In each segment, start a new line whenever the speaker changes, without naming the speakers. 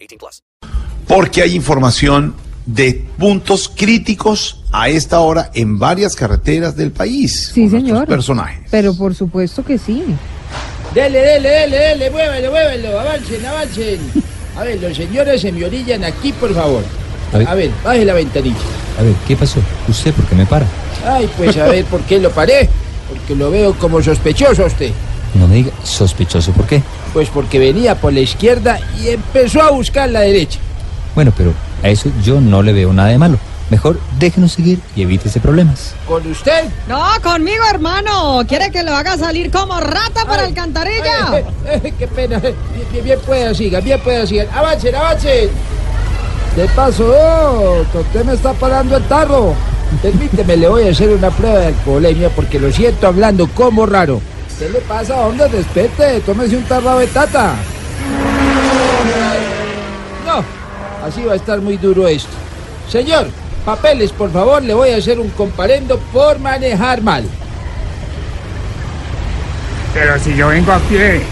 18 plus.
porque hay información de puntos críticos a esta hora en varias carreteras del país.
Sí,
con nuestros
señor.
Personajes.
Pero por supuesto que sí.
Dele, dele, dele, dele, muévelo, muévelo, avancen, avancen. A ver, los señores se me orillan aquí, por favor.
A ver.
A ver, baje la ventanilla.
A ver, ¿qué pasó? ¿Usted por qué me para?
Ay, pues a ver, ¿por qué lo paré? Porque lo veo como sospechoso a usted.
No me diga, sospechoso, ¿por qué?
Pues porque venía por la izquierda y empezó a buscar la derecha.
Bueno, pero a eso yo no le veo nada de malo. Mejor déjenos seguir y evítese problemas.
Con usted.
No, conmigo, hermano. Quiere que lo haga salir como rata por
Ay,
alcantarilla.
ay, eh, eh, qué pena. Bien, bien, bien pueda, sigan, bien pueda, sigan. Avancen, avancen. ¿Qué pasó? Usted me está parando el tarro. Permíteme, le voy a hacer una prueba de alcoholemia porque lo siento hablando como raro. ¿Qué le pasa? Hombre, respete. Tómese un tarro de tata. No, así va a estar muy duro esto. Señor, papeles, por favor. Le voy a hacer un comparendo por manejar mal.
Pero si yo vengo a pie,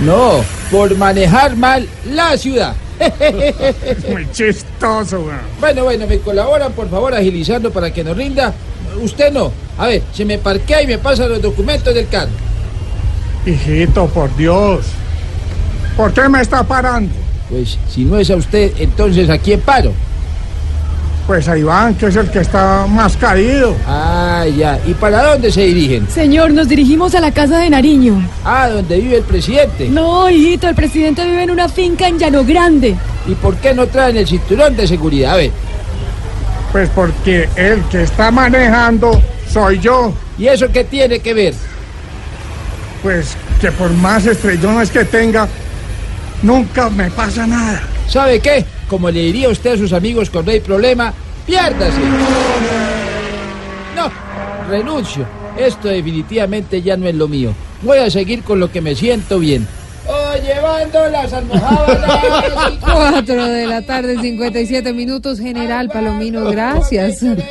No, por manejar mal la ciudad. Eh,
muy chistoso, weón.
Bueno, bueno, me colaboran por favor agilizando para que nos rinda. Usted no. A ver, se me parquea y me pasa los documentos del carro.
Hijito, por Dios. ¿Por qué me está parando?
Pues si no es a usted, entonces ¿a quién paro?
Pues a Iván, que es el que está más caído.
Ah, ya. ¿Y para dónde se dirigen?
Señor, nos dirigimos a la casa de Nariño.
Ah, donde vive el presidente.
No, ¡Oh, hijito, el presidente vive en una finca en Llano Grande.
¿Y por qué no traen el cinturón de seguridad? A ver.
Pues porque el que está manejando soy yo.
¿Y eso qué tiene que ver?
Pues que por más estrellones que tenga, nunca me pasa nada.
¿Sabe qué? Como le diría usted a sus amigos cuando hay problema, piérdase. No, renuncio. Esto definitivamente ya no es lo mío. Voy a seguir con lo que me siento bien. Oh, llevando las almohadas.
4 de la tarde, 57 minutos. General Palomino, gracias.